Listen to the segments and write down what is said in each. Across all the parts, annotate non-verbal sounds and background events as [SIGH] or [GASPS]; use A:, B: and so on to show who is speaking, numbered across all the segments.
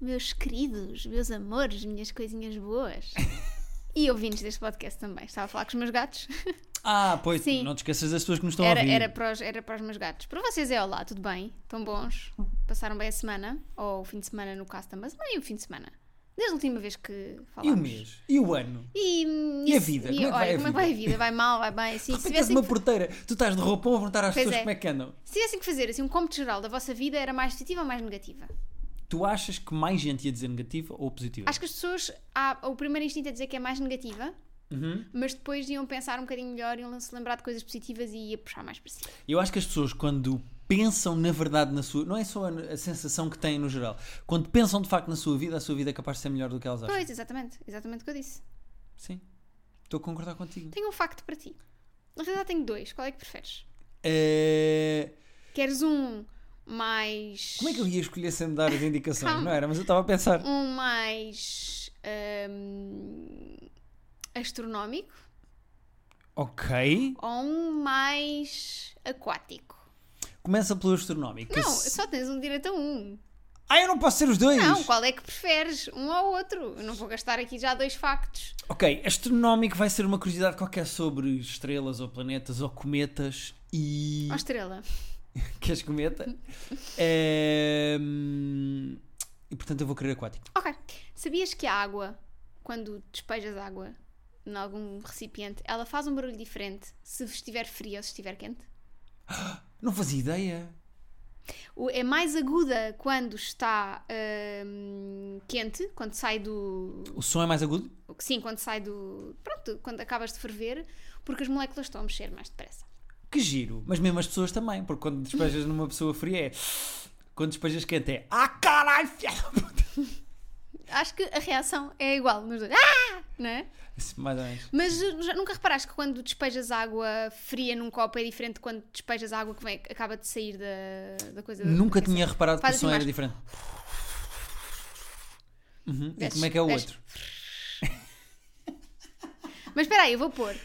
A: meus queridos, meus amores, minhas coisinhas
B: [LAUGHS]
A: boas. e ouvintes deste podcast também. Estava a falar com os meus gatos.
B: Ah, pois,
A: Sim.
B: não te esqueças das pessoas que nos estão a
A: Era,
B: ouvir.
A: era, para os, era para os meus gatos. Para vocês é olá, tudo bem? Estão bons? Passaram bem a semana? Ou o fim de semana, no caso também? A semana e o fim de semana. Desde a última vez que
B: E o
A: falámos.
B: mês? E o ano?
A: E,
B: E a vida? Como é que vai
A: olha, como é
B: a
A: que
B: vida?
A: vai a vida? Vai mal, vai bem? Assim,
B: De
A: se,
B: repente és
A: tivessem
B: uma
A: que,
B: porteira, tu estás de roupão a perguntar às
A: Pois
B: pessoas
A: é.
B: como é que andam.
A: se tivessem que fazer assim, um cômputo geral da vossa vida, era mais positiva ou mais negativa?
B: Tu achas que mais gente ia dizer negativa ou positiva?
A: Acho que as pessoas, há- o primeiro instinto é dizer que é mais negativa,
B: Uhum.
A: mas depois iam pensar um bocadinho melhor, iam se lembrar de coisas positivas e ia puxar mais para si.
B: Eu acho que as pessoas quando pensam na verdade na sua... Não é só a, a sensação que têm no geral. Quando pensam de facto na sua vida, a sua vida é capaz de ser melhor do que elas acham.
A: Pois, exatamente, exatamente o que eu disse.
B: Sim. Estou a concordar contigo.
A: Tenho um facto para ti. Na realidade tenho dois, qual é que preferes?
B: É,
A: Queres um mais.
B: Como é que eu ia escolher sem me dar as indicações?
A: Calma.
B: Não era, mas eu estava a pensar.
A: Um mais. hum, astronómico
B: Ok.
A: ou um mais aquático?
B: Começa pelo astronómico.
A: Não,
B: Esse-
A: só tens um direito a um.
B: Ah, eu não posso ser os dois?
A: Não, qual é que preferes? Um ou outro? Eu não vou gastar aqui já dois factos.
B: Ok, astronómico vai ser uma curiosidade qualquer sobre estrelas ou planetas ou cometas e.
A: Ó estrela.
B: [LAUGHS] Queres cometa? Ehm, E portanto eu vou querer aquático.
A: Ok. Sabias que a água, quando despejas água em algum recipiente, ela faz um barulho diferente se estiver fria ou se estiver quente?
B: Não fazia ideia.
A: O- É mais aguda quando está hum, quente, quando sai do.
B: O som é mais agudo?
A: Sim, quando sai do. Pronto, quando acabas de ferver, porque as moléculas estão a mexer mais depressa.
B: Que giro. Mas mesmo as pessoas também, porque quando despejas numa pessoa fria é. Quando despejas quente é. Ah, caralho! filha da puta." [LAUGHS]
A: Acho que a reação é igual nos dois. Ah! Não é?
B: Assim, mais ou menos.
A: Mas eh, já nunca reparaste que quando despejas água fria num copo é diferente de quando despejas água que vem- acaba de sair da, da coisa da-
B: Nunca
A: da
B: tinha reparado que o
A: Faz assim
B: som era
A: mais.
B: diferente. Uhum. E
A: Desce,
B: como é que é o
A: desce.
B: outro?
A: aquecimento. [LAUGHS] Mas espera aí, eu vou pôr.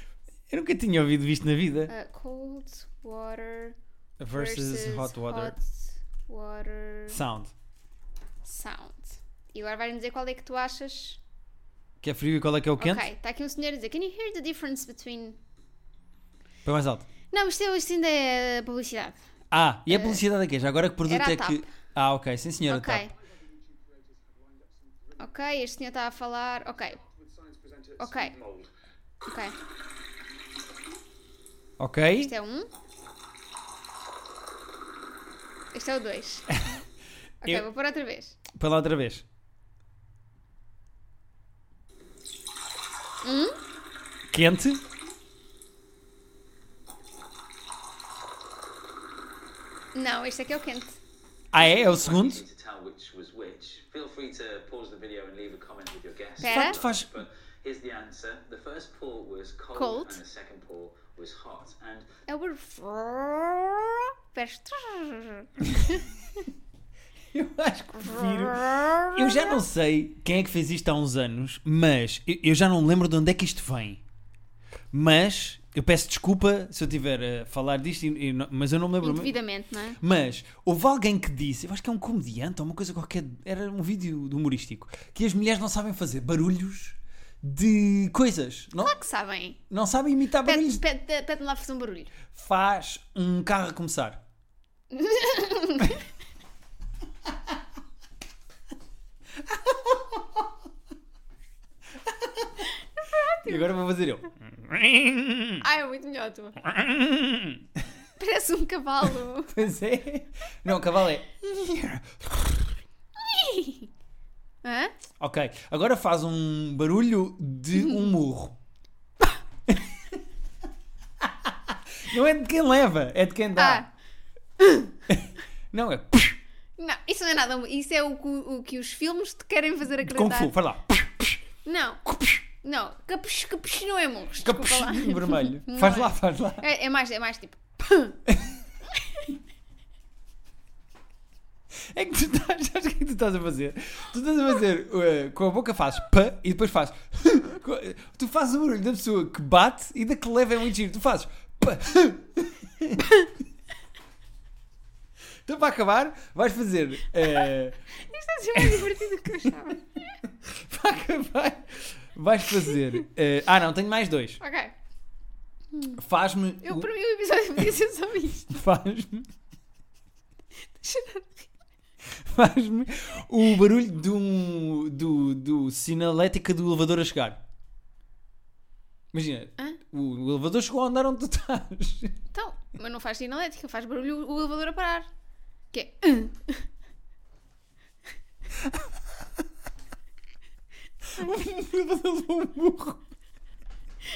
B: Eu nunca tinha ouvido visto na vida.
A: Uh, cold water
B: Versus, hot water.
A: hot water
B: Sound.
A: sound. E agora vais-me dizer qual é que tu achas.
B: Que é frio e qual é que é o quente?
A: Ok, está aqui um senhor a dizer: Can you hear the difference between.
B: Põe mais alto.
A: Não, isto, é- isto ainda é publicidade.
B: Ah, e a publicidade aqui? Já agora que produto
A: Eh, era a
B: é que.
A: TAP.
B: Ah, ok, sim senhora.
A: ok.
B: TAP.
A: Ok, este senhor está a falar. Ok,
C: with science presenter
A: Okay.
C: Steve Mould.
A: ok.
B: Ok.
A: Este é um. Este é o
B: [LAUGHS]
A: dois. ok,
B: Eu-
A: vou pôr outra vez.
B: Põe lá outra vez.
A: Hum?
B: Quente.
A: Não, este aqui é o quente.
B: Ah, é? É o segundo?
C: Easy to tell which was which. Feel free to pause the video and leave a comment with your guess.
A: Fair. Fact
B: faz-
C: But here's the answer. The first pour was cold,
A: Cold.
C: and the second pour was hot. And
A: É o barulho. Parece-
B: [LAUGHS] Eu acho que prefiro. Eu já não sei quem é que fez isto há uns anos, mas eu, eu já não lembro de onde é que isto vem. Mas eu peço desculpa se eu estiver a falar disto, e- e não- mas eu não me lembro.
A: Indevidamente, não é?
B: Mas houve alguém que disse, eu acho que é um comediante ou uma coisa qualquer, era um vídeo humorístico, que as mulheres não sabem fazer barulhos de coisas. Não,
A: que sabem.
B: não sabem imitar barulhos.
A: Pede- pede- Pede-me lá fazer um barulho.
B: Faz um carro a começar. E agora vou fazer eu.
A: Ah, é muito melhor tu. Parece um
B: [LAUGHS]
A: cavalo.
B: Pois é. Não, o cavalo é.
A: Hã?
B: Ok, agora faz um barulho de
A: [LAUGHS]
B: um murro. Não é de quem leva, é de quem dá.
A: Ah,
B: Não, é
A: não, isso não é nada. Isso é o, que- o que os filmes te querem fazer
B: de Kung
A: acreditar.
B: Fu, vai lá.
A: Não, não, capux, capux não é morros. desculpa lá.
B: Capuchinho vermelho.
A: [LAUGHS] Não
B: Faz
A: é.
B: lá, faz lá.
A: É, é mais, é mais tipo.
B: É que tu estás, sabes o que é que tu estás a fazer? Tu estás a fazer, eh, com a boca fazes pá e depois fazes. [LAUGHS] Tu fazes o barulho da pessoa que bate e da que leva é muito giro. Tu fazes pá. [LAUGHS] Então, para acabar, vais fazer. eh,
A: Isto é assim mais divertido do que eu achava.
B: para acabar, vais fazer. eh, ah, não, tenho mais dois.
A: Ok.
B: Faz-me.
A: Eu, para mim o episódio podia ser só isto.
B: Faz-me. Faz-me o barulho de um, do, do sinalética do elevador a chegar. Imagina,
A: Hã?
B: o, o elevador chegou ao andar onde tu estás.
A: Então, mas não faz sinalética, faz barulho o elevador a parar. Que é. "Hum".
B: [LAUGHS] o elevador levou um burro.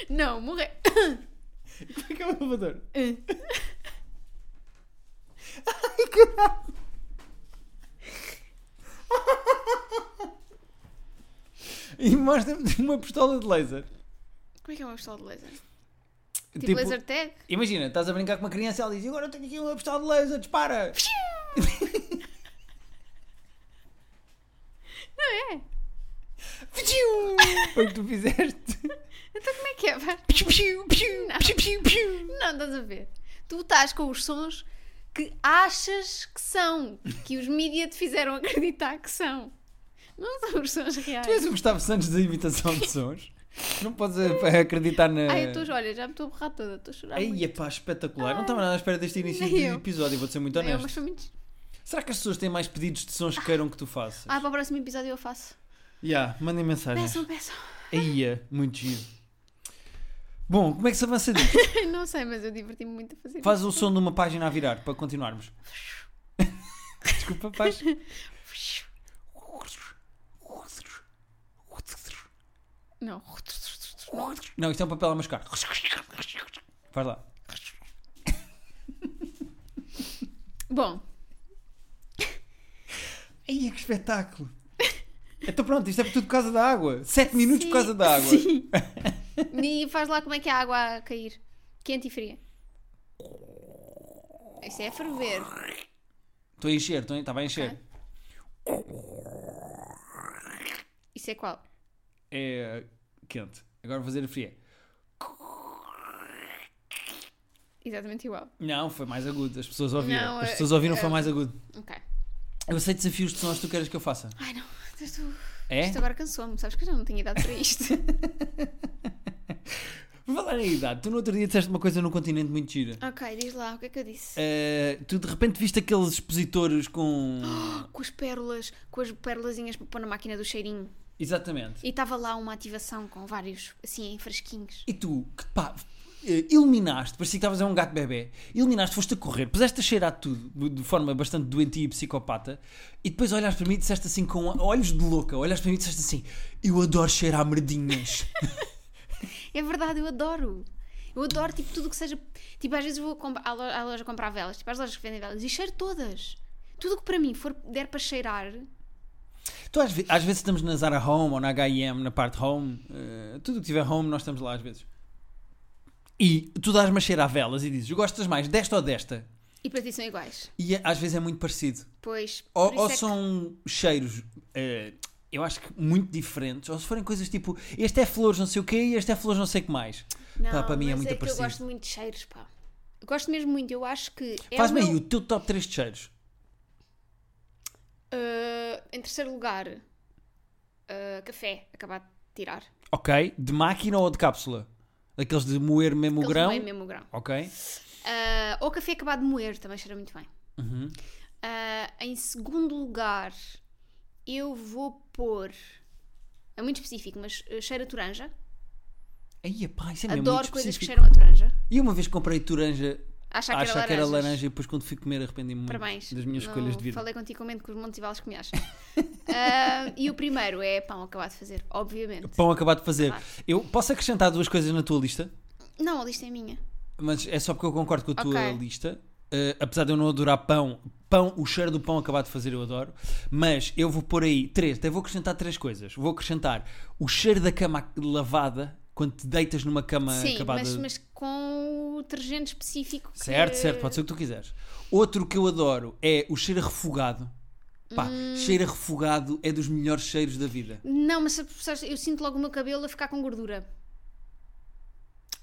A: Não, "Ah, morrer.
B: Como é que é o elevador? E mostra-me uma pistola de laser.
A: Como é que é uma pistola de laser? Tipo, laser tag?
B: Imagina, estás a brincar com uma criança e ela diz: Agora eu tenho aqui uma pistola de laser, dispara!
A: Não é?
B: Foi [LAUGHS] o que tu fizeste.
A: Então como é que é? pá?
B: Piu, piu, piu,
A: Não.
B: piu, piu, piu.
A: Não, estás a ver. Tu estás com os sons que achas que são, que os mídia te fizeram acreditar que são. Não são os sons reais.
B: Tu és o Gustavo Santos da imitação de sons. Não podes eh, acreditar na.
A: Ai, eu estou, olha, já me estou a borrar toda, estou a chorar
B: Ai,
A: muito.
B: epá, espetacular. Não estava nada à espera deste início
A: nem
B: de
A: eu.
B: episódio, vou ser muito
A: Não,
B: honesto.
A: mas foi muito...
B: Será que as pessoas têm mais pedidos de sons que queiram que tu faças?
A: Ah, para o próximo episódio eu faço.
B: Ya, mandem mensagens.
A: Peçam, peçam.
B: Eia, muito giro. Bom, como é que se avança disto?
A: [LAUGHS] Não sei, mas eu diverti-me muito a fazer
B: Faz o som de uma página a virar
A: [LAUGHS]
B: para continuarmos. Desculpa, faz.
A: isso. Não.
B: Não, isto é um papel a mascar. Vai lá.
A: Bom,
B: Eia, que espetáculo! [LAUGHS] Então pronto, isto é por tudo por causa da água. 7 minutos por causa da água.
A: Sim. e faz lá como é que é a água a cair. Quente e fria. Isso é ferver.
B: Estou a encher, estou a- estava a encher.
A: Ok. Isso é qual?
B: É quente. Agora vou fazer a fria.
A: Exatamente igual.
B: Não, foi mais agudo. As pessoas ouviram.
A: Não,
B: As
A: é-
B: pessoas ouviram, foi
A: é-
B: mais agudo.
A: Ok.
B: Eu sei desafios de sons que tu queres que eu faça.
A: Ai não, isto,
B: É?
A: isto agora cansou-me. Sabes que eu já não tenho idade para isto. [LAUGHS]
B: Vou falar em idade. Tu no outro dia disseste uma coisa no continente muito gira.
A: ok, diz lá, o que é que eu disse?
B: Eh, tu de repente viste aqueles expositores
A: [GASPS]
B: com.
A: Com as pérolas, com as pérolazinhas para pôr na máquina do cheirinho.
B: Exatamente.
A: E estava lá uma ativação com vários, assim, fresquinhos.
B: E tu, que pá, eh, iluminaste, parecia que estavas a um gato bebê, iluminaste, foste a correr, puseste a cheirar tudo de- de forma bastante doentia e psicopata, e depois olhaste para mim e disseste assim, com olhos de louca, olhaste para mim e disseste assim: Eu adoro cheirar merdinhas.
A: É verdade, eu adoro. Eu adoro, tipo, tudo o que seja. Tipo, às vezes vou comp- à, lo- à loja, comprar velas, tipo, às lojas que vendem velas, e cheiro todas. Tudo o que para mim for, der para cheirar.
B: tu às, ve- às vezes estamos na Zara Home ou na HM, na parte home, eh, tudo o que tiver home, nós estamos lá às vezes. E tu dás-me a cheirar velas e dizes: Gostas mais desta ou desta?
A: E para ti são iguais.
B: E eh, às vezes é muito parecido.
A: Pois.
B: Ou,
A: por
B: ou
A: isso é
B: são cheiros, eh, eu acho que muito diferentes, ou se forem coisas tipo este é flores não sei o quê e este é flores não sei o que mais.
A: que... Não,
B: pá, para mim é
A: mas
B: muito
A: é que eu
B: parecido.
A: gosto muito de cheiros, pá. Eu Gosto mesmo muito, eu acho que. É
B: Faz-me
A: o
B: aí
A: meu-
B: o teu top 3 de cheiros.
A: Ah, em terceiro lugar, ah, café, acabar de tirar.
B: Ok, de máquina ou de cápsula? Daqueles de moer mesmo o
A: Aquele
B: grão?
A: meio mesmo o grão.
B: Ok.
A: Ah, ou café acabado de moer, também cheira muito bem.
B: Uhum.
A: Ah, em segundo lugar, eu vou pôr. É muito específico, mas ah, cheiro a toranja.
B: Aí, pá, isso é mesmo
A: Adoro
B: muito
A: coisas que cheiram
B: específico.
A: a toranja.
B: E uma vez comprei toranja
A: Achar
B: a
A: que era
B: achar
A: laranja.
B: que era laranja e depois quando fui comer arrependi-me muito
A: Parabéns.
B: das minhas
A: Não
B: escolhas de vida.
A: Falei contigo comendo com os montes e vales que me
B: [LAUGHS]
A: achas. Ah, e o primeiro é pão acabado de fazer, obviamente.
B: Pão acabado de fazer.
A: Claro.
B: Eu posso acrescentar duas coisas na tua lista?
A: Não, a lista é minha.
B: Mas é só porque eu concordo com a tua
A: Ok.
B: lista. Uh, apesar de eu não adorar pão, pão, o cheiro do pão acabado de fazer eu adoro. Mas eu vou pôr aí três, até vou acrescentar três coisas. Vou acrescentar o cheiro da cama lavada quando te deitas numa cama
A: Sim,
B: acabada.
A: mas, mas com o detergente específico. que-
B: Certo, certo, pode ser o que tu quiseres. Outro que eu adoro é o cheiro a refogado. Pá,
A: Hum.
B: cheiro a refogado é dos melhores cheiros da vida.
A: Não, mas sabes, eu sinto logo o meu cabelo a ficar com gordura.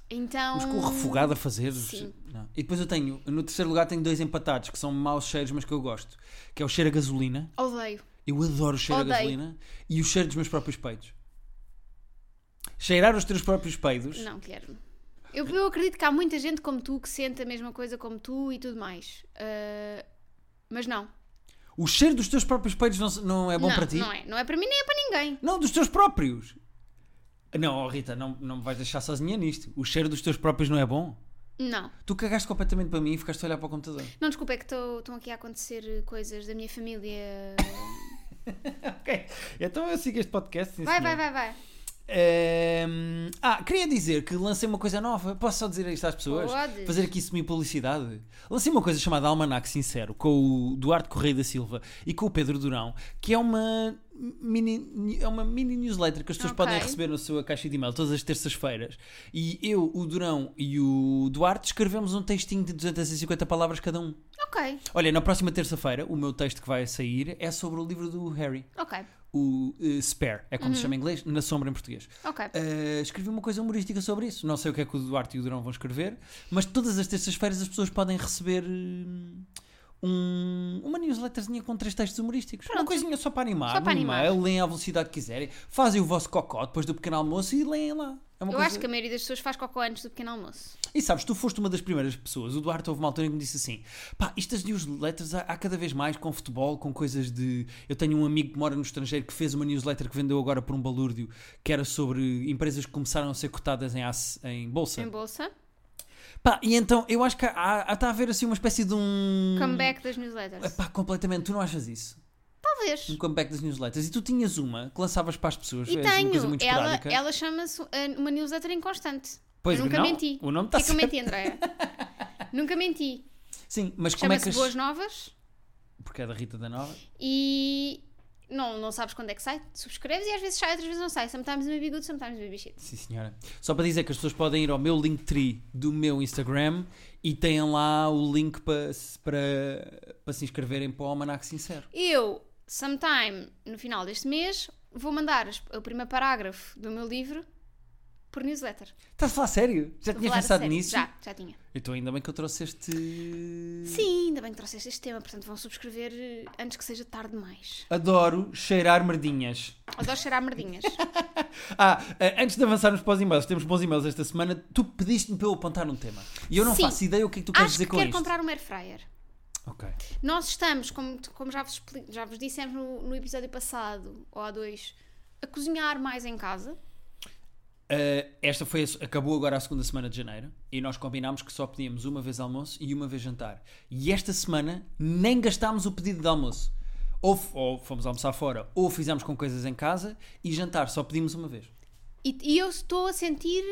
A: Então.
B: Mas com o refogado a fazer.
A: Sim.
B: não. E depois eu tenho, no terceiro lugar, tenho dois empatados que são maus cheiros, mas que eu gosto. Que é o cheiro a gasolina.
A: Odeio.
B: Eu adoro o cheiro
A: Odeio.
B: a gasolina e o cheiro dos meus próprios peidos. Cheirar os teus próprios peidos.
A: Não, Guilherme. Eu, eu acredito que há muita gente como tu que sente a mesma coisa como tu e tudo mais. Ah, mas não.
B: O cheiro dos teus próprios peidos não, se- não é bom
A: não,
B: para ti?
A: Não é. Não é para mim nem é para ninguém.
B: Não, dos teus próprios. Não, oh, Rita, não, não me vais deixar sozinha nisto. O cheiro dos teus próprios não é bom.
A: Não.
B: Tu cagaste completamente para mim e ficaste a olhar para o computador.
A: Não, desculpa, é que tô- estão aqui a acontecer eh, coisas da minha família.
B: [LAUGHS] Ok, então eu sigo este podcast. sim,
A: Vai,
B: senhor.
A: vai, vai, vai.
B: Ehm, ah, queria dizer que lancei uma coisa nova. Posso só dizer isto às pessoas?
A: Podes.
B: Fazer aqui semi-publicidade. Lancei uma coisa chamada Almanac Sincero com o Duarte Correia da Silva e com o Pedro Durão, que é uma mini, é uma mini newsletter que as pessoas
A: Ok.
B: podem receber na sua caixa de e-mail todas as terças-feiras. E eu, o Durão e o Duarte escrevemos um textinho de 250 palavras cada um.
A: Ok,
B: Olha, na próxima terça-feira, o meu texto que vai sair é sobre o livro do Harry,
A: ok,
B: o eh, Spare, é como se chama em inglês, na sombra em português.
A: Uhum. ok.
B: Uh, escrevi uma coisa humorística sobre isso. Não sei o que é que o Duarte e o Durão vão escrever, mas todas as terças-feiras as pessoas podem receber hum, um- uma newsletterzinha com três textos humorísticos. Uma
A: Pronto.
B: coisinha só para animar.
A: Só para
B: um
A: animar.
B: e-mail, leem à velocidade que quiserem, fazem o vosso cocó depois do pequeno almoço e leem lá. É uma
A: eu
B: coisa-
A: acho que a maioria das pessoas faz cocô antes do pequeno almoço.
B: E sabes, tu foste uma das primeiras pessoas. O Duarte houve uma altura em que me disse assim: pá, estas newsletters há, há cada vez mais com futebol, com coisas de. Eu tenho um amigo que mora no estrangeiro que fez uma newsletter que vendeu agora por um balúrdio, que era sobre empresas que começaram a ser cotadas em, ace- em bolsa.
A: Em bolsa.
B: Pá, e então eu acho que há- está a haver assim uma espécie de um.
A: Comeback das newsletters.
B: Pá, completamente. Tu não achas isso?
A: Talvez.
B: Um comeback das newsletters. E tu tinhas uma que lançavas para as pessoas.
A: E
B: és uma coisa
A: tenho.
B: muito
A: Ela,
B: esporádica.
A: ela chama-se uh, uma newsletter inconstante.
B: Pois,
A: Eu nunca
B: o nome-
A: menti.
B: o nome está
A: Fica eu
B: certo.
A: menti,
B: [LAUGHS]
A: Andréia. nunca menti.
B: Sim, mas como é
A: Chama-se
B: que. as-
A: Boas Novas
B: Porque é da Rita da Nova.
A: e. Não, não sabes quando é que sai. Subscreves e às vezes sai, outras vezes não sai. Sometimes baby good, sometimes baby shit.
B: Sim, senhora. Só para dizer que as pessoas podem ir ao meu Linktree do meu Instagram e têm lá o link para, se- para, para se inscreverem para o Almanac Sincero.
A: Eu, sometime no final deste mês, vou mandar as- o primeiro parágrafo do meu livro por newsletter.
B: Estás a falar sério? Já tinhas
A: Falar a
B: pensado
A: sério.
B: nisso?
A: Já, já tinha.
B: Então ainda bem que eu trouxe este...
A: Sim, ainda bem que trouxeste este tema, portanto vão subscrever eh, antes que seja tarde demais.
B: Adoro cheirar merdinhas.
A: Adoro cheirar merdinhas.
B: [LAUGHS] Ah, eh, antes de avançarmos para os e-mails, temos bons e-mails esta semana. Tu pediste-me para eu apontar um tema. E eu não
A: Sim.
B: faço ideia o que é que tu queres
A: Acho
B: dizer
A: que
B: com
A: quero
B: isto.
A: comprar um air fryer.
B: Ok.
A: Nós estamos, como, como já, vos, expli- já vos dissemos no, no episódio passado, ou há dois, a cozinhar mais em casa.
B: Eh, esta foi a se- acabou agora a segunda semana de janeiro e nós combinámos que só pedíamos uma vez almoço e uma vez jantar. E esta semana nem gastámos o pedido de almoço. Ou, f- ou fomos almoçar fora, ou fizemos com coisas em casa e jantar só pedimos uma vez.
A: E, e eu estou a sentir.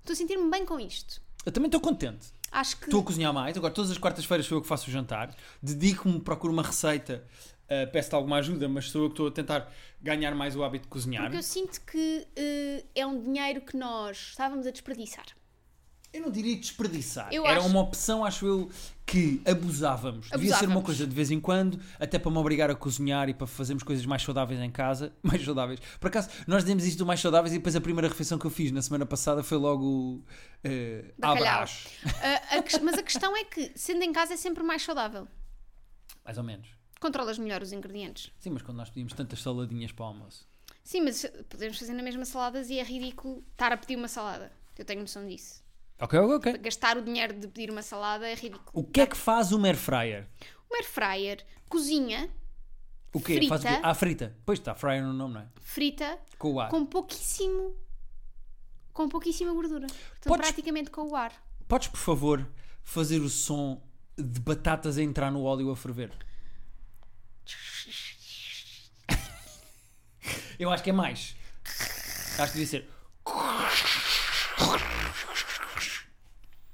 A: Estou a sentir-me bem com isto.
B: Eu também estou contente.
A: Acho que.
B: Estou a cozinhar mais. Agora, todas as quartas-feiras sou eu que faço o jantar. Dedico-me, procuro uma receita, eh, peço-te alguma ajuda, mas sou eu que estou a tentar ganhar mais o hábito de cozinhar.
A: Porque eu sinto que eh, é um dinheiro que nós estávamos a desperdiçar.
B: Eu não diria desperdiçar.
A: Eu
B: Era
A: acho-
B: uma opção, acho eu, que abusávamos. Devia ser uma
A: Abusávamos.
B: coisa de vez em quando, até para me obrigar a cozinhar e para fazermos coisas mais saudáveis em casa. [LAUGHS] Mais saudáveis. Por acaso, nós demos isto do mais saudáveis e depois a primeira refeição que eu fiz na semana passada foi logo eh, à
A: Bacalhau.
B: brás.
A: Ah, a ques- mas a questão é que, sendo em casa, é sempre mais saudável.
B: Mais ou menos.
A: Controlas melhor os ingredientes.
B: Sim, mas quando nós pedimos tantas saladinhas para o almoço.
A: Sim, mas eh, podemos fazer na mesma saladas e é ridículo estar a pedir uma salada. Eu tenho noção disso.
B: Ok, ok, ok.
A: Gastar o dinheiro de pedir uma salada é ridículo.
B: O que é que faz uma air fryer?
A: Um air fryer cozinha,
B: O quê? Faz o quê?
A: Frita.
B: Ah, frita. Pois está, fryer no nome, não é?
A: frita,
B: Com o ar.
A: com pouquíssimo. com pouquíssima gordura. Portanto,
B: Podes-
A: praticamente com o ar.
B: Podes, por favor, fazer o som de batatas a entrar no óleo a ferver? Eu acho que é mais. Acho que devia ser.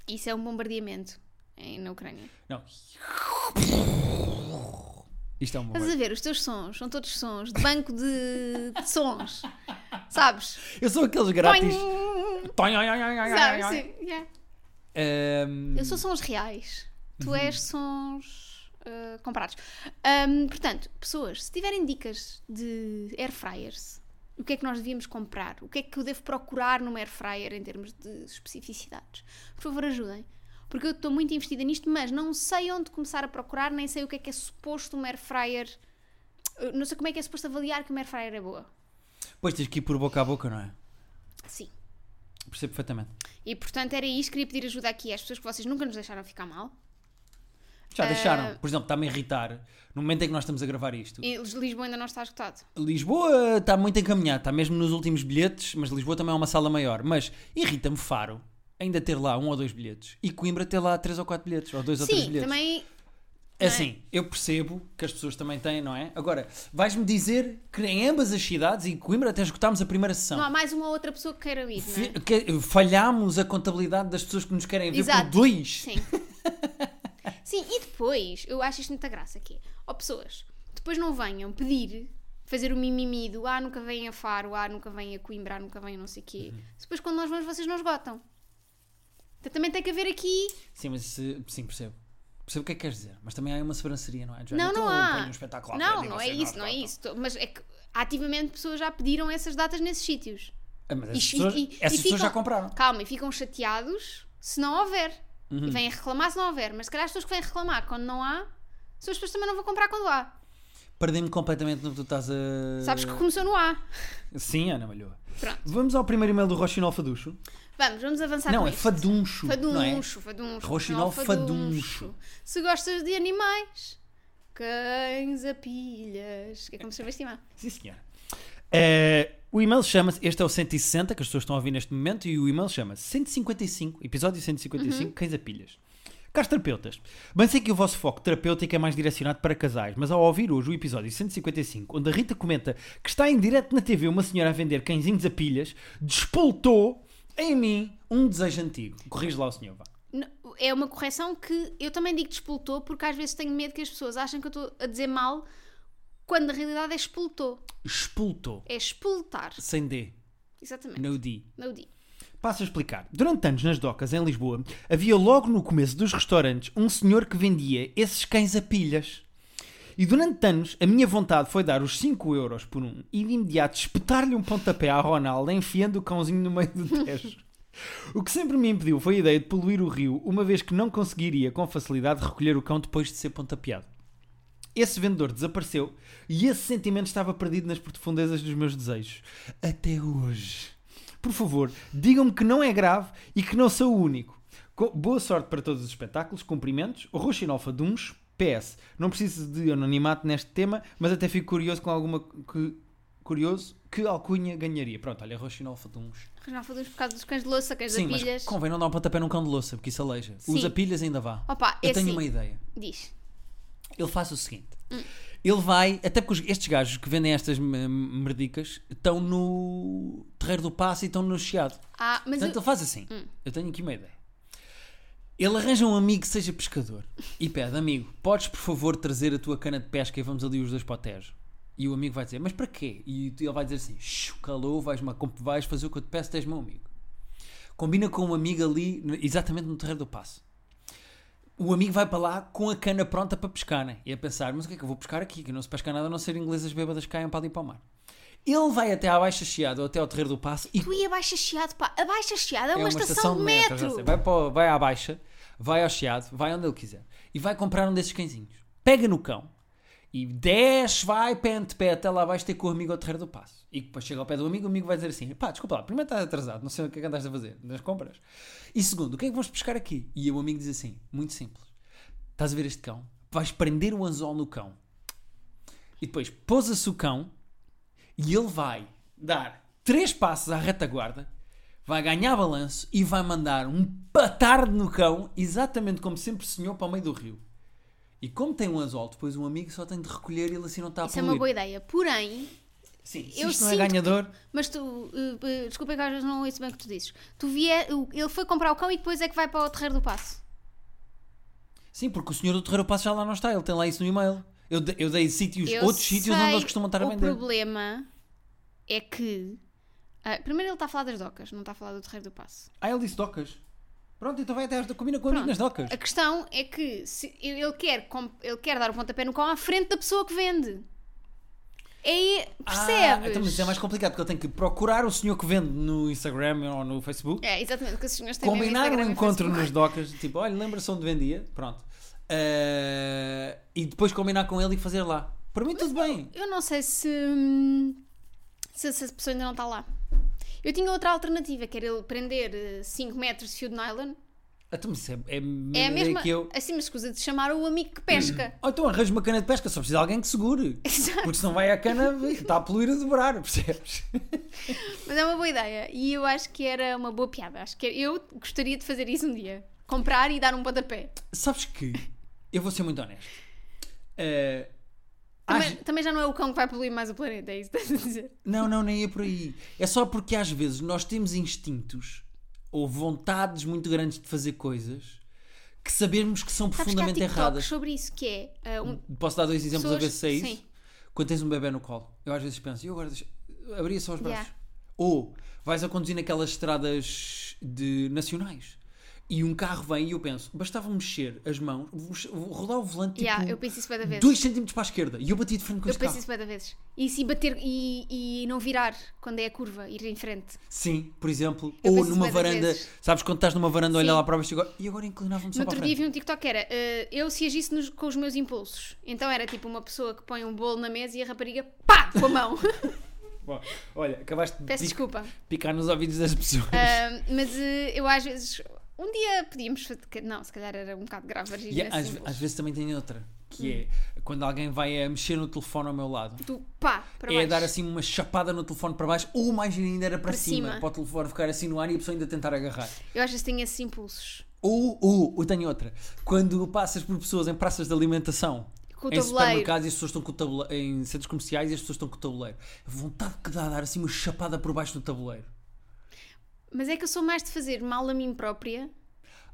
A: Isso é um bombardeamento em- na Ucrânia.
B: Não. Isto é um bom.
A: Estás a ver, os teus sons são todos sons de banco de, de sons. Sabes?
B: Eu sou aqueles grátis.
A: Toing! Sabes?
B: Sabes,
A: Sim, yeah. Eu sou sons reais. Tu és sons ah, comprados. Ahm, portanto, pessoas, se tiverem dicas de air fryers, o que é que nós devíamos comprar, o que é que eu devo procurar numa air fryer em termos de especificidades. Por favor, ajudem. Porque eu estou muito investida nisto, mas não sei onde começar a procurar, nem sei o que é que é suposto uma air fryer. eu Não sei como é que é suposto avaliar que uma air fryer é boa.
B: Pois tens que ir por boca a boca, não é?
A: Sim.
B: Percebo perfeitamente.
A: E portanto era isto, queria pedir ajuda aqui às pessoas que vocês nunca nos deixaram ficar mal.
B: Já deixaram. Por exemplo, está-me a irritar. No momento em que nós estamos a gravar isto,
A: E Lisboa ainda não está esgotado.
B: Lisboa está muito encaminhada, está mesmo nos últimos bilhetes, mas Lisboa também é uma sala maior. Mas irrita-me Faro ainda ter lá um ou dois bilhetes e Coimbra ter lá três ou quatro bilhetes, ou dois ou três
A: Sim,
B: bilhetes.
A: também
B: É assim, eu percebo que as pessoas também têm, não é? Agora, vais-me dizer que em ambas as cidades, em Coimbra até esgotámos a primeira sessão.
A: não há mais uma outra pessoa que queira ir, não é?
B: Fi- que- falhámos a contabilidade das pessoas que nos querem ver
A: Exato.
B: por dois. [LAUGHS]
A: Sim. Sim, e depois, eu acho isto muita graça aqui. Ó pessoas, depois não venham pedir, fazer o mimimi do ah, nunca vêm a Faro, ah, nunca vêm a Coimbra, ah, nunca vêm a não sei quê.
B: Uhum.
A: Depois quando nós vamos vocês não esgotam. Então, também tem que haver aqui.
B: Sim, mas se- sim, percebo. Percebo o que é que queres dizer, mas também há uma sobranceria, não é? Já
A: não,
B: então
A: não
B: eu
A: há.
B: ponho um espetáculo à
A: não,
B: frente e
A: não é
B: vocês
A: isso, não é
B: esgotam.
A: isso. Tô- Mas é que ativamente pessoas já pediram essas datas nesses sítios.
B: Ah, mas essas
A: E-
B: pessoas,
A: e- e
B: essas pessoas
A: ficam-
B: já compraram. Uhum.
A: Calma, e ficam chateados se não houver. E vêm reclamar se não houver. Mas se calhar as pessoas que vêm reclamar quando não há, são as pessoas que também não vão comprar quando há.
B: Perdi-me completamente no que tu estás a.
A: Sabes que começou no A.
B: Sim, Ana Malhoa.
A: [LAUGHS] Pronto.
B: Vamos ao primeiro e-mail do Rochinol Faducho?
A: Vamos, vamos avançar
B: não,
A: com
B: é
A: isto.
B: Faduncho. não é?
A: Faduncho, faduncho.
B: Roxinol
A: não,
B: faduncho.
A: Se gostas de animais, cães a pilhas. Que é como se chama este imã.
B: Sim, senhora. Eh, o e-mail chama-se. Este é o 160 que as pessoas estão a ouvir neste momento. E o e-mail chama-se 155, episódio
A: Uhum.
B: 155, Cães a Pilhas. Caros terapeutas, bem sei que o vosso foco terapêutico é mais direcionado para casais, mas ao ouvir hoje o episódio 155, onde a Rita comenta que está em direto na TV uma senhora a vender cãezinhos a pilhas, despoltou em mim um desejo antigo. Corrige lá o senhor, vá.
A: N- É uma correção que eu também digo despoltou, porque às vezes tenho medo que as pessoas achem que eu estou a dizer mal, quando na realidade é espoltou.
B: Expultou.
A: É espoltar.
B: Sem D.
A: Exatamente.
B: No D.
A: Não di.
B: Passo a explicar. Durante anos nas docas, em Lisboa, havia logo no começo dos restaurantes um senhor que vendia esses cães a pilhas. E durante anos, a minha vontade foi dar os 5 euros por um e de imediato espetar-lhe um pontapé à Ronaldo enfiando o cãozinho no meio do tejo. O que sempre me impediu foi a ideia de poluir o rio, uma vez que não conseguiria com facilidade recolher o cão depois de ser pontapeado. Esse vendedor desapareceu e esse sentimento estava perdido nas profundezas dos meus desejos. Até hoje. Por favor, digam-me que não é grave e que não sou o único. Co- boa sorte para todos os espetáculos, cumprimentos. Roxinolfa Duns, PS. Não preciso de anonimato neste tema, mas até fico curioso com alguma. Que, curioso que alcunha ganharia. Pronto, olha, Roxinolfa Duns.
A: Reginal fazemos por causa dos cães de louça, cães
B: Sim,
A: a
B: mas
A: pilhas.
B: convém não dar um pontapé num cão de louça, porque isso aleija.
A: Sim.
B: Usa pilhas ainda vá.
A: Opa, é
B: Eu tenho
A: assim.
B: uma ideia.
A: Diz.
B: Ele faz o seguinte: ele vai, até porque os- estes gajos que vendem estas me- merdicas estão no Terreiro do Passo e estão no Chiado.
A: Ah, mas
B: Portanto,
A: eu...
B: ele faz assim: eu tenho aqui uma ideia. Ele arranja um amigo que seja pescador e pede: Amigo, podes por favor trazer a tua cana de pesca e vamos ali os dois para o Tejo? E o amigo vai dizer: Mas para quê? E ele vai dizer assim: "Shhh, Calou, vais, vais fazer o que eu te peço, tens meu amigo. Combina com um amigo ali, no- exatamente no Terreiro do Passo. O amigo vai para lá com a cana pronta para pescar, né? E a pensar, mas o que é que eu vou pescar aqui? Que não se pesca nada a não ser inglesas bêbadas que caem para ali para o mar. Ele vai até à Baixa Chiado, ou até ao Terreiro do Passo e
A: Tu ia abaixo a Chiado, pá. Abaixo a Chiado é uma, estação, de
B: já
A: metro.
B: sei. Vai, para, o- vai à baixa, vai ao chiado, vai onde ele quiser. E vai comprar um desses cãezinhos. Pega no cão e desce, vai, pé ante pé, até lá vais ter com o amigo ao terreiro do passo. E depois chega ao pé do amigo, o amigo vai dizer assim: pá, desculpa lá, primeiro estás atrasado, não sei o que é que andaste a fazer nas compras. E segundo, o que é que vamos pescar aqui? E o amigo diz assim: muito simples. Estás a ver este cão? Vais prender o anzol no cão. E depois pousa-se o cão e ele vai dar três passos à retaguarda, vai ganhar balanço e vai mandar um patarde no cão, exatamente como sempre sonhou, para o meio do rio. E como tem um anzol, depois um amigo só tem de recolher e ele assim não está a
A: Isso é uma
B: poluir.
A: boa ideia. Porém,
B: Sim, se
A: Eu
B: isto não é
A: sinto que-
B: ganhador,
A: mas tu, eh, eh, desculpa que às vezes não ouço bem o que tu dizes. Tu vie, o- ele foi comprar o cão e depois é que vai para o terreiro do passo.
B: sim, porque o senhor do terreiro passo já lá não está, ele tem lá isso no e-mail. Eu, de- eu dei sítios,
A: Eu
B: outros sítios onde
A: sei,
B: eles costumam estar a vender.
A: O problema é que. ah, primeiro ele está a falar das docas, não está a falar do terreiro do passo.
B: Ah, ele disse docas. Pronto, então vai até às combina com o
A: Pronto.
B: amigo nas docas.
A: A questão é que se- ele, quer, comp- ele quer dar o pontapé no cão à frente da pessoa que vende. É,
B: Ah,
A: percebes?
B: então, mas é mais complicado porque eu tenho que procurar o senhor que vende no Instagram ou no Facebook.
A: É, exatamente, que os senhores têm mesmo
B: combinar um
A: Instagram e
B: encontro
A: Facebook.
B: nos docas, tipo, olha, lembra-se onde vendia, pronto. Eh, e depois combinar com ele e fazer lá. Para mim tudo bem.
A: Eu não sei se, hum, se essa pessoa ainda não está lá. Eu tinha outra alternativa, que era ele prender 5 metros de fio de nylon.
B: Então, mas é, é,
A: É a mesma,
B: que eu.
A: assim, uma escusa de chamar o amigo que
B: [CLEARS THROAT]
A: pesca. [LAUGHS]
B: Ou então arranjo uma cana de pesca, só precisa de alguém que segure.
A: Exato.
B: Porque senão vai à cana, está a poluir a dobrar,
A: [LAUGHS]
B: percebes?
A: Mas é uma boa ideia. E eu acho que era uma boa piada. Acho que eu gostaria de fazer isso um dia. Comprar e dar um pontapé.
B: Sabes que eu vou ser muito honesto. Eh,
A: Também,
B: às-
A: também já não é o cão que vai poluir mais o planeta, é isso que estás a dizer.
B: Não, não, nem é por aí. É só porque às vezes nós temos instintos ou vontades muito grandes de fazer coisas que sabemos que são
A: Sabes que há
B: profundamente Hum,
A: TikToks
B: erradas.
A: sobre isso, que é... ah, um-
B: Posso dar dois exemplos a
A: Pessoas-
B: ver se é isso?
A: sim.
B: Quando tens um bebê no colo, eu às vezes penso, eu agora deixo... abria só os braços.
A: Yeah.
B: Ou vais a conduzir naquelas estradas de nacionais e um carro vem e eu penso, bastava mexer as mãos, vou- vou rodar o volante
A: yeah, eu
B: tipo
A: penso isso várias vezes.
B: 2 centímetros para a esquerda e eu bati de frente com
A: Eu
B: este carro.
A: penso isso várias vezes. E se bater e, e não virar quando é a curva, ir em frente.
B: Sim, por exemplo,
A: Eu
B: ou
A: penso
B: numa
A: isso bué das
B: varanda,
A: vezes.
B: sabes quando estás numa varanda, olha
A: Sim.
B: lá para baixo e agora, e agora inclinava-me só
A: No
B: para
A: outro
B: a
A: dia
B: frente.
A: vi um TikTok que era eh, eu se agisse nos- com os meus impulsos. Então era tipo uma pessoa que põe um bolo na mesa e a rapariga pá com a mão.
B: [LAUGHS] Bom, olha, acabaste de
A: um- Peço
B: pic-
A: desculpa.
B: picar nos ouvidos das pessoas.
A: Ah, mas eh, eu às vezes. Um dia podíamos fazer. que- Não, se calhar era um bocado grave. agir
B: E é,
A: nesse
B: às,
A: impulso.
B: às vezes também tem outra, que
A: Hum.
B: é quando alguém vai a mexer no telefone ao meu lado.
A: Tu pá para
B: é
A: baixo.
B: dar assim uma chapada no telefone para baixo, ou mais ainda era para,
A: Para
B: cima,
A: cima.
B: para o telefone ficar assim no ar e a pessoa ainda tentar agarrar.
A: Eu às vezes tenho esses impulsos.
B: Ou, ou, ou tenho outra, quando passas por pessoas em praças de alimentação,
A: Com o
B: em
A: tabuleiro.
B: supermercados e as pessoas estão com o tabuleiro, em centros comerciais e as pessoas estão com o tabuleiro. A vontade que dá a dar assim uma chapada por baixo do tabuleiro.
A: Mas é que eu sou mais de fazer mal a mim própria.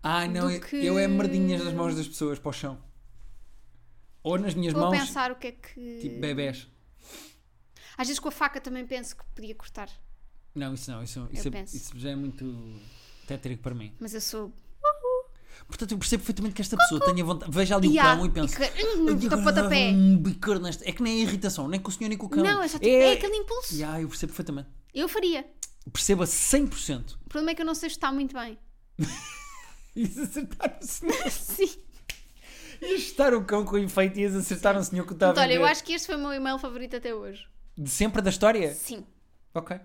B: Ah, não,
A: Do
B: eu,
A: que-
B: eu é merdinhas nas mãos das pessoas para o chão. Ou nas minhas
A: Estou a
B: mãos,
A: pensar o que é que.
B: tipo bebés.
A: Às vezes com a faca também penso que podia cortar.
B: Não, isso não, isso, isso,
A: Eu
B: é-
A: penso.
B: isso já é muito tétrico para mim.
A: Mas eu sou.
B: Portanto, eu percebo perfeitamente que esta pessoa tenha vontade. Veja ali
A: Ya,
B: o cão e pensa.
A: que- hum, dou
B: "Ai, agora
A: pontapé."
B: dava Um bicar nesta. É que nem a irritação, nem com o senhor nem com o cão.
A: Não, é só tipo, é, aquele impulso.
B: Ya, eu percebo perfeitamente.
A: Eu faria.
B: Percebo a [LAUGHS] 100%.
A: O problema é que eu não sei chutar muito bem.
B: E acertar o senhor.
A: Sim.
B: Ias chutar o cão com efeito e ias acertar um senhor que estava.
A: Então, olha, eu acho que este foi o meu e-mail favorito até hoje.
B: De sempre da história?
A: Sim.
B: Ok.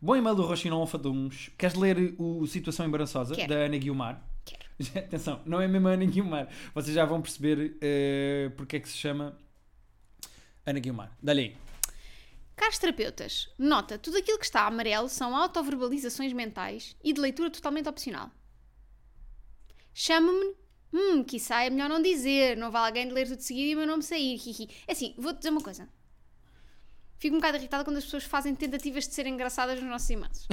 B: Bom e-mail do Roxinol Alfa de uns. Queres ler o Situação Embaraçosa
A: Quero.
B: da Ana Guiomar? [LAUGHS]
A: Quero.
B: Atenção, não é mesmo a Ana Guiomar. Vocês já vão perceber eh, porque é que se chama Ana Guiomar. Dá-lhe aí.
A: Caros terapeutas, nota, tudo aquilo que está amarelo são autoverbalizações mentais e de leitura totalmente opcional. Chama-me, hum, quiçá é melhor não dizer, não vale alguém de ler tudo de seguida e o meu nome sair, hihi. É assim, vou-te dizer uma coisa. Fico um bocado irritada quando as pessoas fazem tentativas de ser engraçadas nos nossos e-mails.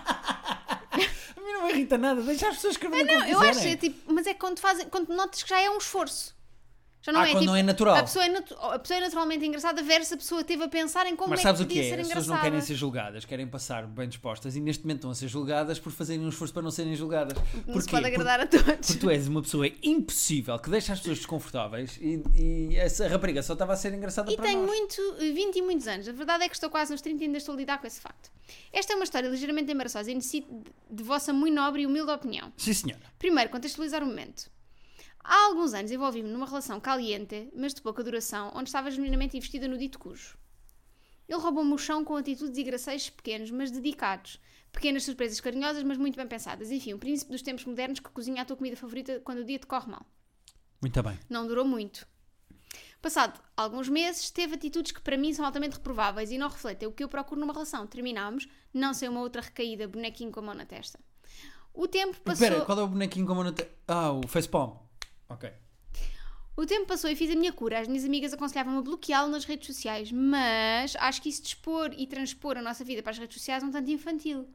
B: A mim não me irrita nada, deixa as pessoas escreverem
A: Não, eu acho, é tipo, mas é quando fazem, quando notas que já é um esforço. Já
B: Ah, quando não é natural.
A: A pessoa é, natu- a pessoa é naturalmente engraçada versus a pessoa teve a pensar em como
B: Mas
A: é
B: sabes
A: que
B: o que
A: podia
B: é?
A: ser
B: As pessoas
A: engraçada.
B: não querem ser julgadas, querem passar bem dispostas e neste momento estão a ser julgadas por fazerem um esforço para não serem julgadas.
A: Não se
B: Porquê?
A: pode
B: Porque-
A: agradar a todos.
B: Porque tu és uma pessoa impossível que deixa as pessoas desconfortáveis e, e essa rapariga só estava a ser engraçada
A: E
B: para
A: tenho
B: nós.
A: muito, eh, 20 e muitos anos. A verdade é que estou quase nos 30 e ainda estou a lidar com esse facto. Esta é uma história ligeiramente embaraçosa e necessito de- de vossa muito nobre e humilde opinião.
B: Sim, senhora.
A: Primeiro, contextualizar o momento. Há alguns anos envolvi-me numa relação caliente, mas de pouca duração, onde estava genuinamente investida no dito cujo. Ele roubou-me o chão com atitudes e gracejos pequenos, mas dedicados. Pequenas surpresas carinhosas, mas muito bem pensadas. Enfim, um príncipe dos tempos modernos que cozinha a tua comida favorita quando o dia te corre mal.
B: Muito bem.
A: Não durou muito. Passado alguns meses, teve atitudes que para mim são altamente reprováveis e não refletem o que eu procuro numa relação. Terminámos, não sem uma outra recaída, bonequinho com a mão na testa. O tempo passou.
B: Espera, qual é o bonequinho com a mão na te- Ah, o facepalm. Ok.
A: O tempo passou e fiz a minha cura. As minhas amigas aconselhavam-me a bloqueá-lo nas redes sociais, mas acho que isso de expor e transpor a nossa vida para as redes sociais é um tanto infantil.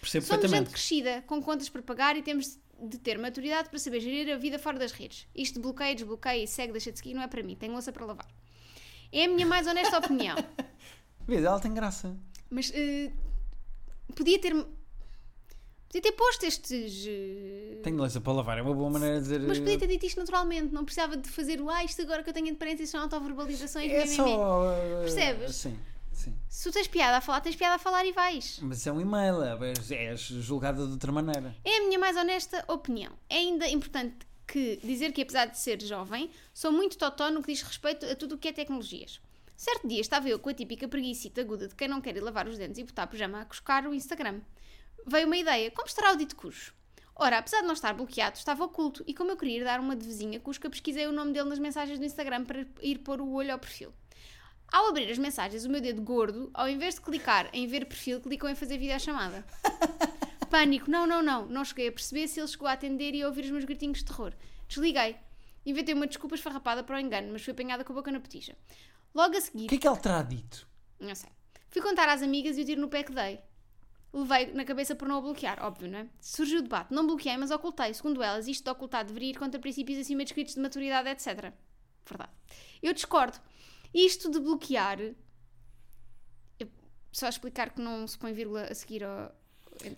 B: Percebo
A: Somos gente
B: perfeitamente.
A: crescida, com contas para pagar e temos de ter maturidade para saber gerir a vida fora das redes. Isto de bloqueia, desbloqueia e segue, deixa de seguir, não é para mim. Tenho louça para lavar. É a minha mais
B: [LAUGHS]
A: honesta opinião.
B: Vês, ela tem graça.
A: Mas eh, podia ter. Podia ter posto estes. eh,
B: Tenho louça para lavar, é uma boa maneira de dizer.
A: Mas podia ter dito isto naturalmente, não precisava de fazer o ah, isto agora que eu tenho diferenças são autoverbalizações.
B: É
A: mimimi."
B: só. eh,
A: Percebes?
B: Sim, sim.
A: Se tu tens piada a falar, tens piada a falar e vais.
B: Mas é um e-mail, és- és julgada de outra maneira.
A: É a minha mais honesta opinião. É ainda importante que dizer que, apesar de ser jovem, sou muito totó no que diz respeito a tudo o que é tecnologias. Certo dia estava eu com a típica preguiçita aguda de quem não quer ir lavar os dentes e botar pijama a cuscar o Instagram. Veio uma ideia, como estará o dito cujo? Ora, apesar de não estar bloqueado, estava oculto e como eu queria ir dar uma de vizinha cusca, pesquisei o nome dele nas mensagens do Instagram para ir pôr o olho ao perfil. Ao abrir as mensagens, o meu dedo gordo, ao invés de clicar em ver perfil, clicou em fazer videochamada. Pânico, não, não, não. Não cheguei a perceber se ele chegou a atender e a ouvir os meus gritinhos de terror. Desliguei. Inventei uma desculpa esfarrapada para o engano, mas fui apanhada com a boca na petija. Logo a seguir,
B: O que é que ele terá dito?
A: não sei, fui contar às amigas e o tiro no pé que dei. Levei na cabeça por não a bloquear, óbvio, não é? Surgiu o debate. Não bloqueei, mas ocultei. Segundo elas, isto de ocultar deveria ir contra princípios acima descritos de maturidade, etc. Verdade. Eu discordo. Isto de bloquear. Eu- Só explicar que não se põe vírgula a seguir ao,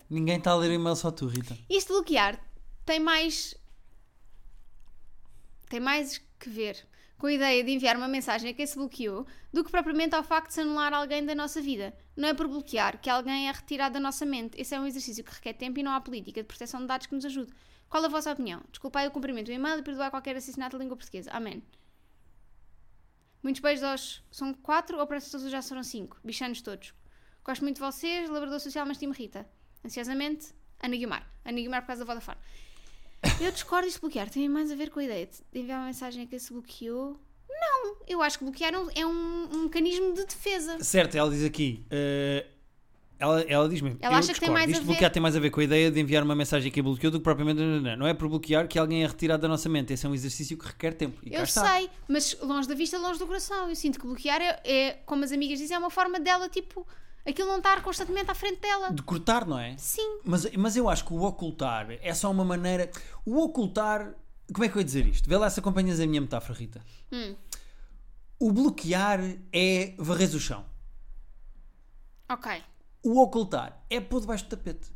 B: Ninguém está a ler o e-mail, só tu, Rita.
A: isto de bloquear tem mais. tem mais que ver com a ideia de enviar uma mensagem a quem se bloqueou do que propriamente ao facto de se anular alguém da nossa vida. Não é por bloquear que alguém é retirado da nossa mente. Esse é um exercício que requer tempo e não há política de proteção de dados que nos ajude. Qual a vossa opinião? Desculpai o cumprimento do e-mail e perdoar qualquer assassinato de língua portuguesa. Amém. Muitos beijos aos. São quatro ou parece que todos já foram cinco? Bichanos todos. Gosto muito de vocês, labrador social, mas time Rita. Ansiosamente, Ana Guimar. Ana Guimar por causa da Vodafone. Eu discordo isto de bloquear. Tem mais a ver com a ideia de enviar uma mensagem a quem se bloqueou. Não, eu acho que bloquear é um, é um- um mecanismo de defesa.
B: Certo, ela diz aqui. eh, ela, ela diz mesmo.
A: Ela
B: eu
A: acha que tem
B: discordo.
A: mais a
B: Isto de
A: ver-
B: bloquear tem mais a ver com a ideia de enviar uma mensagem que bloqueou do que propriamente. Não, não, não. Não é por bloquear que alguém é retirado da nossa mente. Esse é um exercício que requer tempo. E cá
A: eu
B: está.
A: sei, mas longe da vista, longe do coração. Eu sinto que bloquear é, é, como as amigas dizem, é uma forma dela, tipo, aquilo não estar constantemente à frente dela.
B: De cortar, não é?
A: Sim.
B: Mas, mas eu acho que o ocultar é só uma maneira. O ocultar. Como é que eu ia dizer isto? Vê lá se acompanhas a minha metáfora, Rita.
A: Hum.
B: O bloquear é varrer o chão.
A: Ok.
B: O ocultar é pôr debaixo do tapete.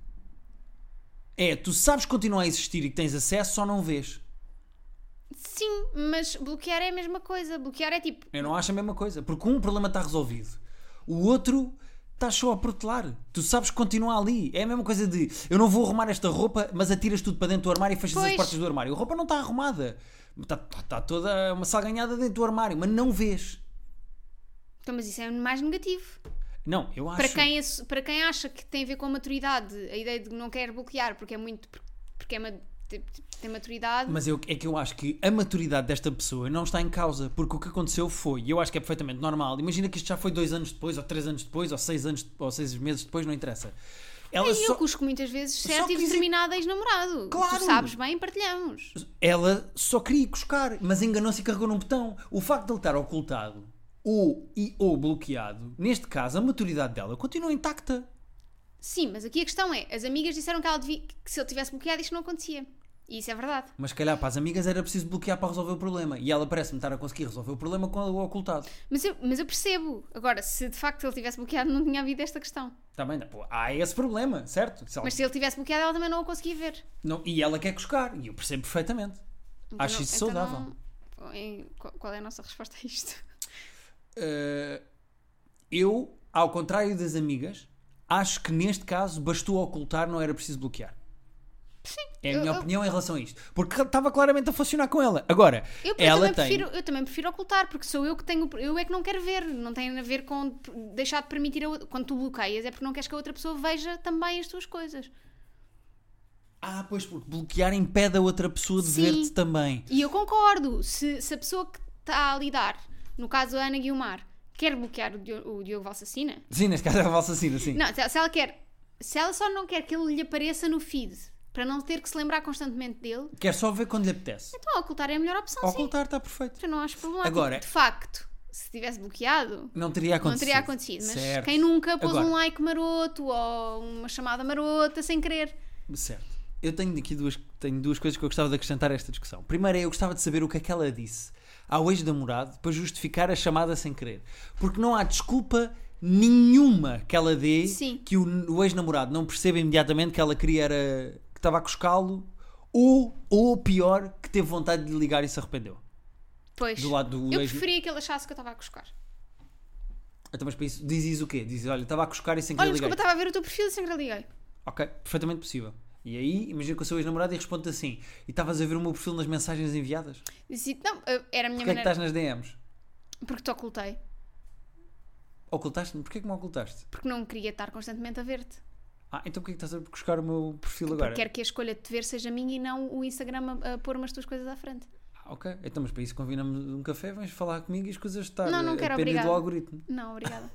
B: É, tu sabes que continua a existir e que tens acesso, só não vês.
A: Sim, mas bloquear é a mesma coisa. Bloquear é tipo,
B: Eu não acho a mesma coisa, porque um problema está resolvido, o outro estás só a protelar. Tu sabes que continua ali. É a mesma coisa de eu não vou arrumar esta roupa, mas atiras tudo para dentro do armário e fechas as
A: Pois.
B: portas do armário. A roupa não está arrumada, está, está toda uma salganhada dentro do armário, mas não vês.
A: então, mas isso é mais negativo.
B: Não, eu acho.
A: Para quem, ass- para quem acha que tem a ver com a maturidade, a ideia de não querer bloquear porque é muito. porque é ma- te- te- tem maturidade.
B: Mas eu, é que eu acho que a maturidade desta pessoa não está em causa, porque o que aconteceu foi, e eu acho que é perfeitamente normal, imagina que isto já foi dois anos depois, ou três anos depois, ou seis anos, ou seis meses depois, não interessa. Ela
A: e
B: só-
A: eu cusco muitas vezes
B: só
A: certo e
B: quis ir-
A: determinado ex-namorado.
B: Claro!
A: Tu sabes bem, partilhamos.
B: ela só queria ir cuscar, mas enganou-se e carregou num botão. O facto de ele estar ocultado ou e ou bloqueado, neste caso, a maturidade dela continua intacta.
A: Sim, mas aqui a questão é: as amigas disseram que, ela devia- que se ele tivesse bloqueado isto não acontecia. E isso é verdade.
B: Mas se calhar para as amigas era preciso bloquear para resolver o problema. E ela parece-me estar a conseguir resolver o problema com o ocultado.
A: Mas eu, mas eu percebo. Agora, se de facto ele tivesse bloqueado, não tinha havido esta questão.
B: Está Tá bem, pô, há esse problema, certo? Se ela-
A: Mas se ele tivesse bloqueado, ela também não o conseguia ver.
B: não- e ela quer cuscar, e eu percebo perfeitamente.
A: Então
B: Acho
A: não-
B: isso
A: então
B: saudável.
A: não- em- qual- qual é a nossa resposta a isto?
B: Uh, eu, ao contrário das amigas, acho que neste caso bastou ocultar, não era preciso bloquear. É a
A: eu-
B: minha
A: eu-
B: opinião em relação a isto. Porque estava claramente a funcionar com ela. Agora,
A: Eu, eu
B: ela
A: também
B: tem.
A: prefiro, eu também prefiro ocultar, porque sou eu que tenho. Eu é que não quero ver. Não tem a ver com deixar de permitir. A, outra- quando tu bloqueias, é porque não queres que a outra pessoa veja também as tuas coisas.
B: Ah, pois, porque bloquear impede a outra pessoa de
A: Sim.
B: ver-te também.
A: E eu concordo. Se, se a pessoa que está a lidar, no caso a Ana Guiomar, quer bloquear o Diogo, o Diogo Valsacina.
B: Sim, neste caso é a valsacina, sim.
A: Não, se, se ela quer. Se ela só não quer que ele lhe apareça no feed, para não ter que se lembrar constantemente dele,
B: Quer só ver quando lhe apetece.
A: então ocultar é a melhor opção, sim.
B: Ocultar está perfeito.
A: Eu não acho problemático.
B: Agora-
A: De facto, se tivesse bloqueado,
B: Não teria
A: Não
B: acontecido.
A: teria acontecido, mas
B: Certo.
A: quem nunca pôs
B: Agora,
A: um like maroto ou uma chamada marota sem querer?
B: Certo. Eu tenho aqui duas, tenho duas coisas que eu gostava de acrescentar a esta discussão. Primeiro é eu gostava de saber o que é que ela disse ao ex-namorado para justificar a chamada sem querer. Porque não há desculpa nenhuma que ela dê
A: Sim.
B: que o, o ex-namorado não perceba imediatamente que ela queria era, que estava a cuscá-lo ou, ou pior, que teve vontade de lhe ligar e se arrependeu.
A: Pois.
B: Do lado do
A: eu
B: ex-
A: preferia que ele achasse que eu estava a cuscar.
B: Então, mas para isso, dizes o quê? Dizes, olha, estava a cuscar e sem querer
A: Olha,
B: ligar.
A: desculpa, tá- estava a ver o teu perfil e sempre liguei.
B: Ok, perfeitamente possível. E aí, imagina que eu sou ex-namorado e respondo assim: e estavas a ver o meu perfil nas mensagens enviadas?
A: Disse, não, eu- era a minha
B: Porquê é que
A: maneira.
B: estás nas DMs?
A: Porque te ocultei.
B: Ocultaste-me? Porquê que me ocultaste?
A: Porque não queria estar constantemente a ver-te.
B: Ah, então porquê que estás a buscar o meu perfil agora?
A: Porque quero que a escolha de te ver seja minha e não o Instagram a, a pôr-me as tuas coisas à frente.
B: Ah, ok, então mas para isso combinamos um café, vens falar comigo e as coisas estar
A: Não, não
B: eh,
A: quero,
B: dependem do
A: obrigada.
B: algoritmo.
A: Não, obrigada.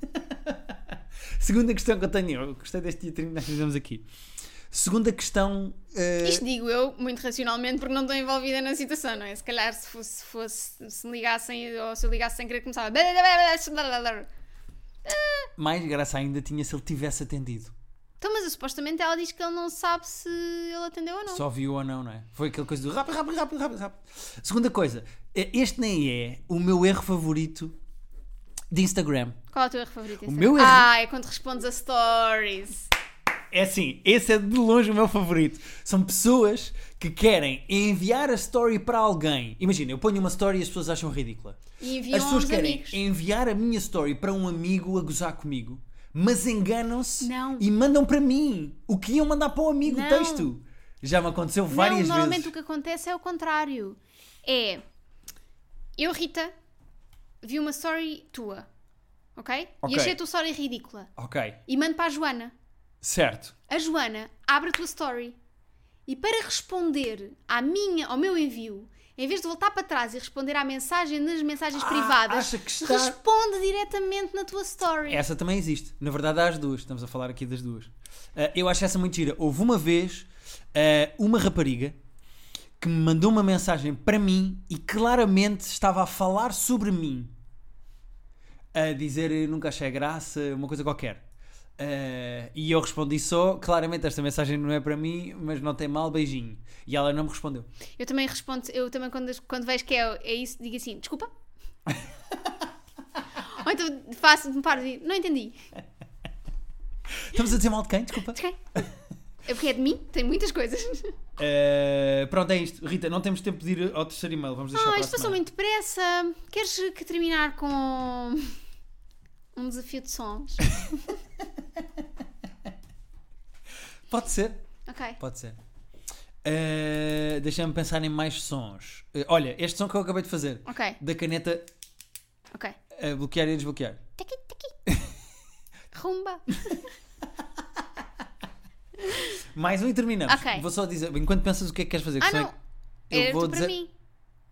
B: [LAUGHS] Segunda questão que eu tenho, eu gostei deste teatrinho que nós fizemos aqui. Segunda questão. eh,
A: Isto digo eu, muito racionalmente, porque não estou envolvida na situação, não é? Se calhar se fosse, se, fosse- se me ligassem, ou se eu ligasse sem querer, começava. Então,
B: Mais graça ainda tinha se ele tivesse atendido.
A: Então, mas eu, supostamente ela diz que ele não sabe se ele atendeu ou não.
B: Só viu ou não, não é? Foi aquela coisa do rápido, rápido, rápido, rápido, rápido. Segunda coisa, eh, este nem é o meu erro favorito de Instagram.
A: Qual é o teu erro favorito? Instagram?
B: meu erro-
A: Ah, é quando respondes a stories.
B: É assim, esse é de longe o meu favorito. São pessoas que querem enviar a story para alguém. Imagina, eu ponho uma story e as pessoas acham ridícula.
A: E
B: As
A: enviam
B: pessoas
A: aos
B: querem
A: amigos.
B: enviar a minha story para um amigo a gozar comigo, mas enganam-se
A: Não.
B: e mandam para mim o que iam mandar para um amigo o
A: Não.
B: texto. Já me aconteceu
A: não,
B: várias
A: normalmente
B: vezes.
A: o que acontece é o contrário. É. Eu, Rita, vi uma story tua. Ok?
B: Ok.
A: E achei a tua story ridícula.
B: Ok,
A: E mando para a Joana.
B: certo.
A: A Joana abre a tua story e para responder à minha, ao meu envio, em vez de voltar para trás e responder à mensagem nas mensagens
B: Ah,
A: privadas,
B: acha que está-
A: responde diretamente na tua story.
B: Essa também existe. Na verdade, há as duas. Estamos a falar aqui das duas. Ah, eu acho essa muito gira. Houve uma vez ah, uma rapariga que me mandou uma mensagem para mim e claramente estava a falar sobre mim. A dizer eh, nunca achei graça, uma coisa qualquer. Ah, e eu respondi só, claramente esta mensagem não é para mim, mas não tem mal, beijinho. E ela não me respondeu.
A: Eu também respondo, eu também quando, quando vejo que é, é isso, digo assim,
B: [LAUGHS]
A: desculpa. Ou então faço, me paro e digo, não entendi.
B: Estamos a dizer mal de quem? Desculpa.
A: Ok. É porque é de mim, tem muitas coisas.
B: Ah, pronto, é isto. Rita, não temos tempo de ir ao terceiro e-mail. Vamos deixar
A: Ah,
B: para a
A: isto passou
B: semana.
A: muito depressa. Queres que terminar com um desafio de
B: [LAUGHS]
A: sons?
B: Pode ser.
A: Ok.
B: Pode ser. Eh, Deixa-me pensar em mais sons. Eh, olha, este som que eu acabei de fazer.
A: Ok,
B: Da caneta
A: ok.
B: a bloquear e a desbloquear.
A: Taqui,
B: [LAUGHS]
A: taqui. Rumba.
B: Mais um e terminamos.
A: Ok.
B: Vou só dizer, enquanto pensas o que é que queres fazer. que
A: Ah,
B: senão
A: não.
B: Eu
A: Era
B: vou
A: tu para
B: dizer-
A: mim.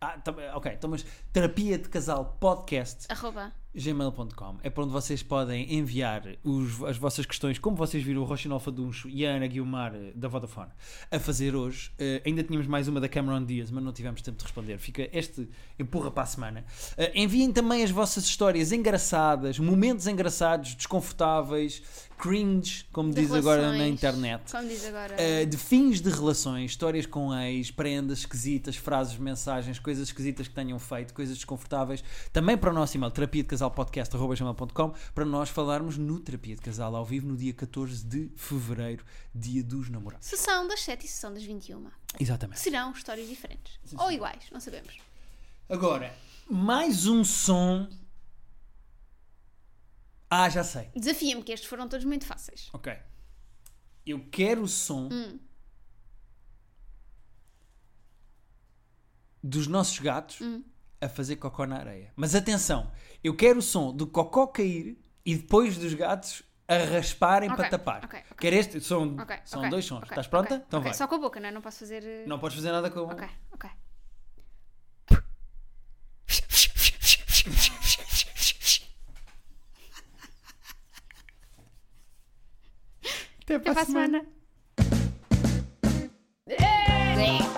B: Ah, tá bem, ok, então mas terapia de casal podcast
A: Arroba.
B: gmail.com é para onde vocês podem enviar os- as vossas questões, como vocês viram o Rochinol Faduncho e a Ana Guiomar eh, da Vodafone a fazer hoje. Eh, ainda tínhamos mais uma da Cameron Diaz, mas não tivemos tempo de responder. Fica este empurra para a semana. Eh, enviem também as vossas histórias engraçadas, momentos engraçados, desconfortáveis, cringe, como
A: De
B: diz agora na
A: relações,
B: internet.
A: Como diz agora.
B: Uh, de fins de relações, histórias com ex, prendas esquisitas, frases, mensagens, coisas esquisitas que tenham feito, coisas desconfortáveis, também para o nosso e-mail, terapia de casal para nós falarmos no terapia de casal ao vivo no dia 14 de fevereiro, dia dos namorados.
A: Sessão das 7 e sessão das 21.
B: Exatamente.
A: Serão histórias diferentes. Ou iguais, não sabemos.
B: Agora, mais um som. Ah, já sei.
A: Desafia-me que estes foram todos muito fáceis.
B: Ok. Eu quero o som
A: Hum.
B: dos nossos gatos
A: Hum.
B: a fazer cocó na areia. Mas atenção, eu quero o som do cocó cair e depois dos gatos a rasparem
A: Ok,
B: para tapar.
A: ok, ok.
B: Quero este. São,
A: Ok.
B: são
A: ok,
B: dois sons.
A: ok,
B: Estás pronta?
A: ok,
B: Então
A: ok.
B: vai.
A: Só com a boca, não é? Não posso fazer. eh,
B: Não podes fazer nada com
A: Ok, ok.
B: Até
A: Até para a semana. Eh!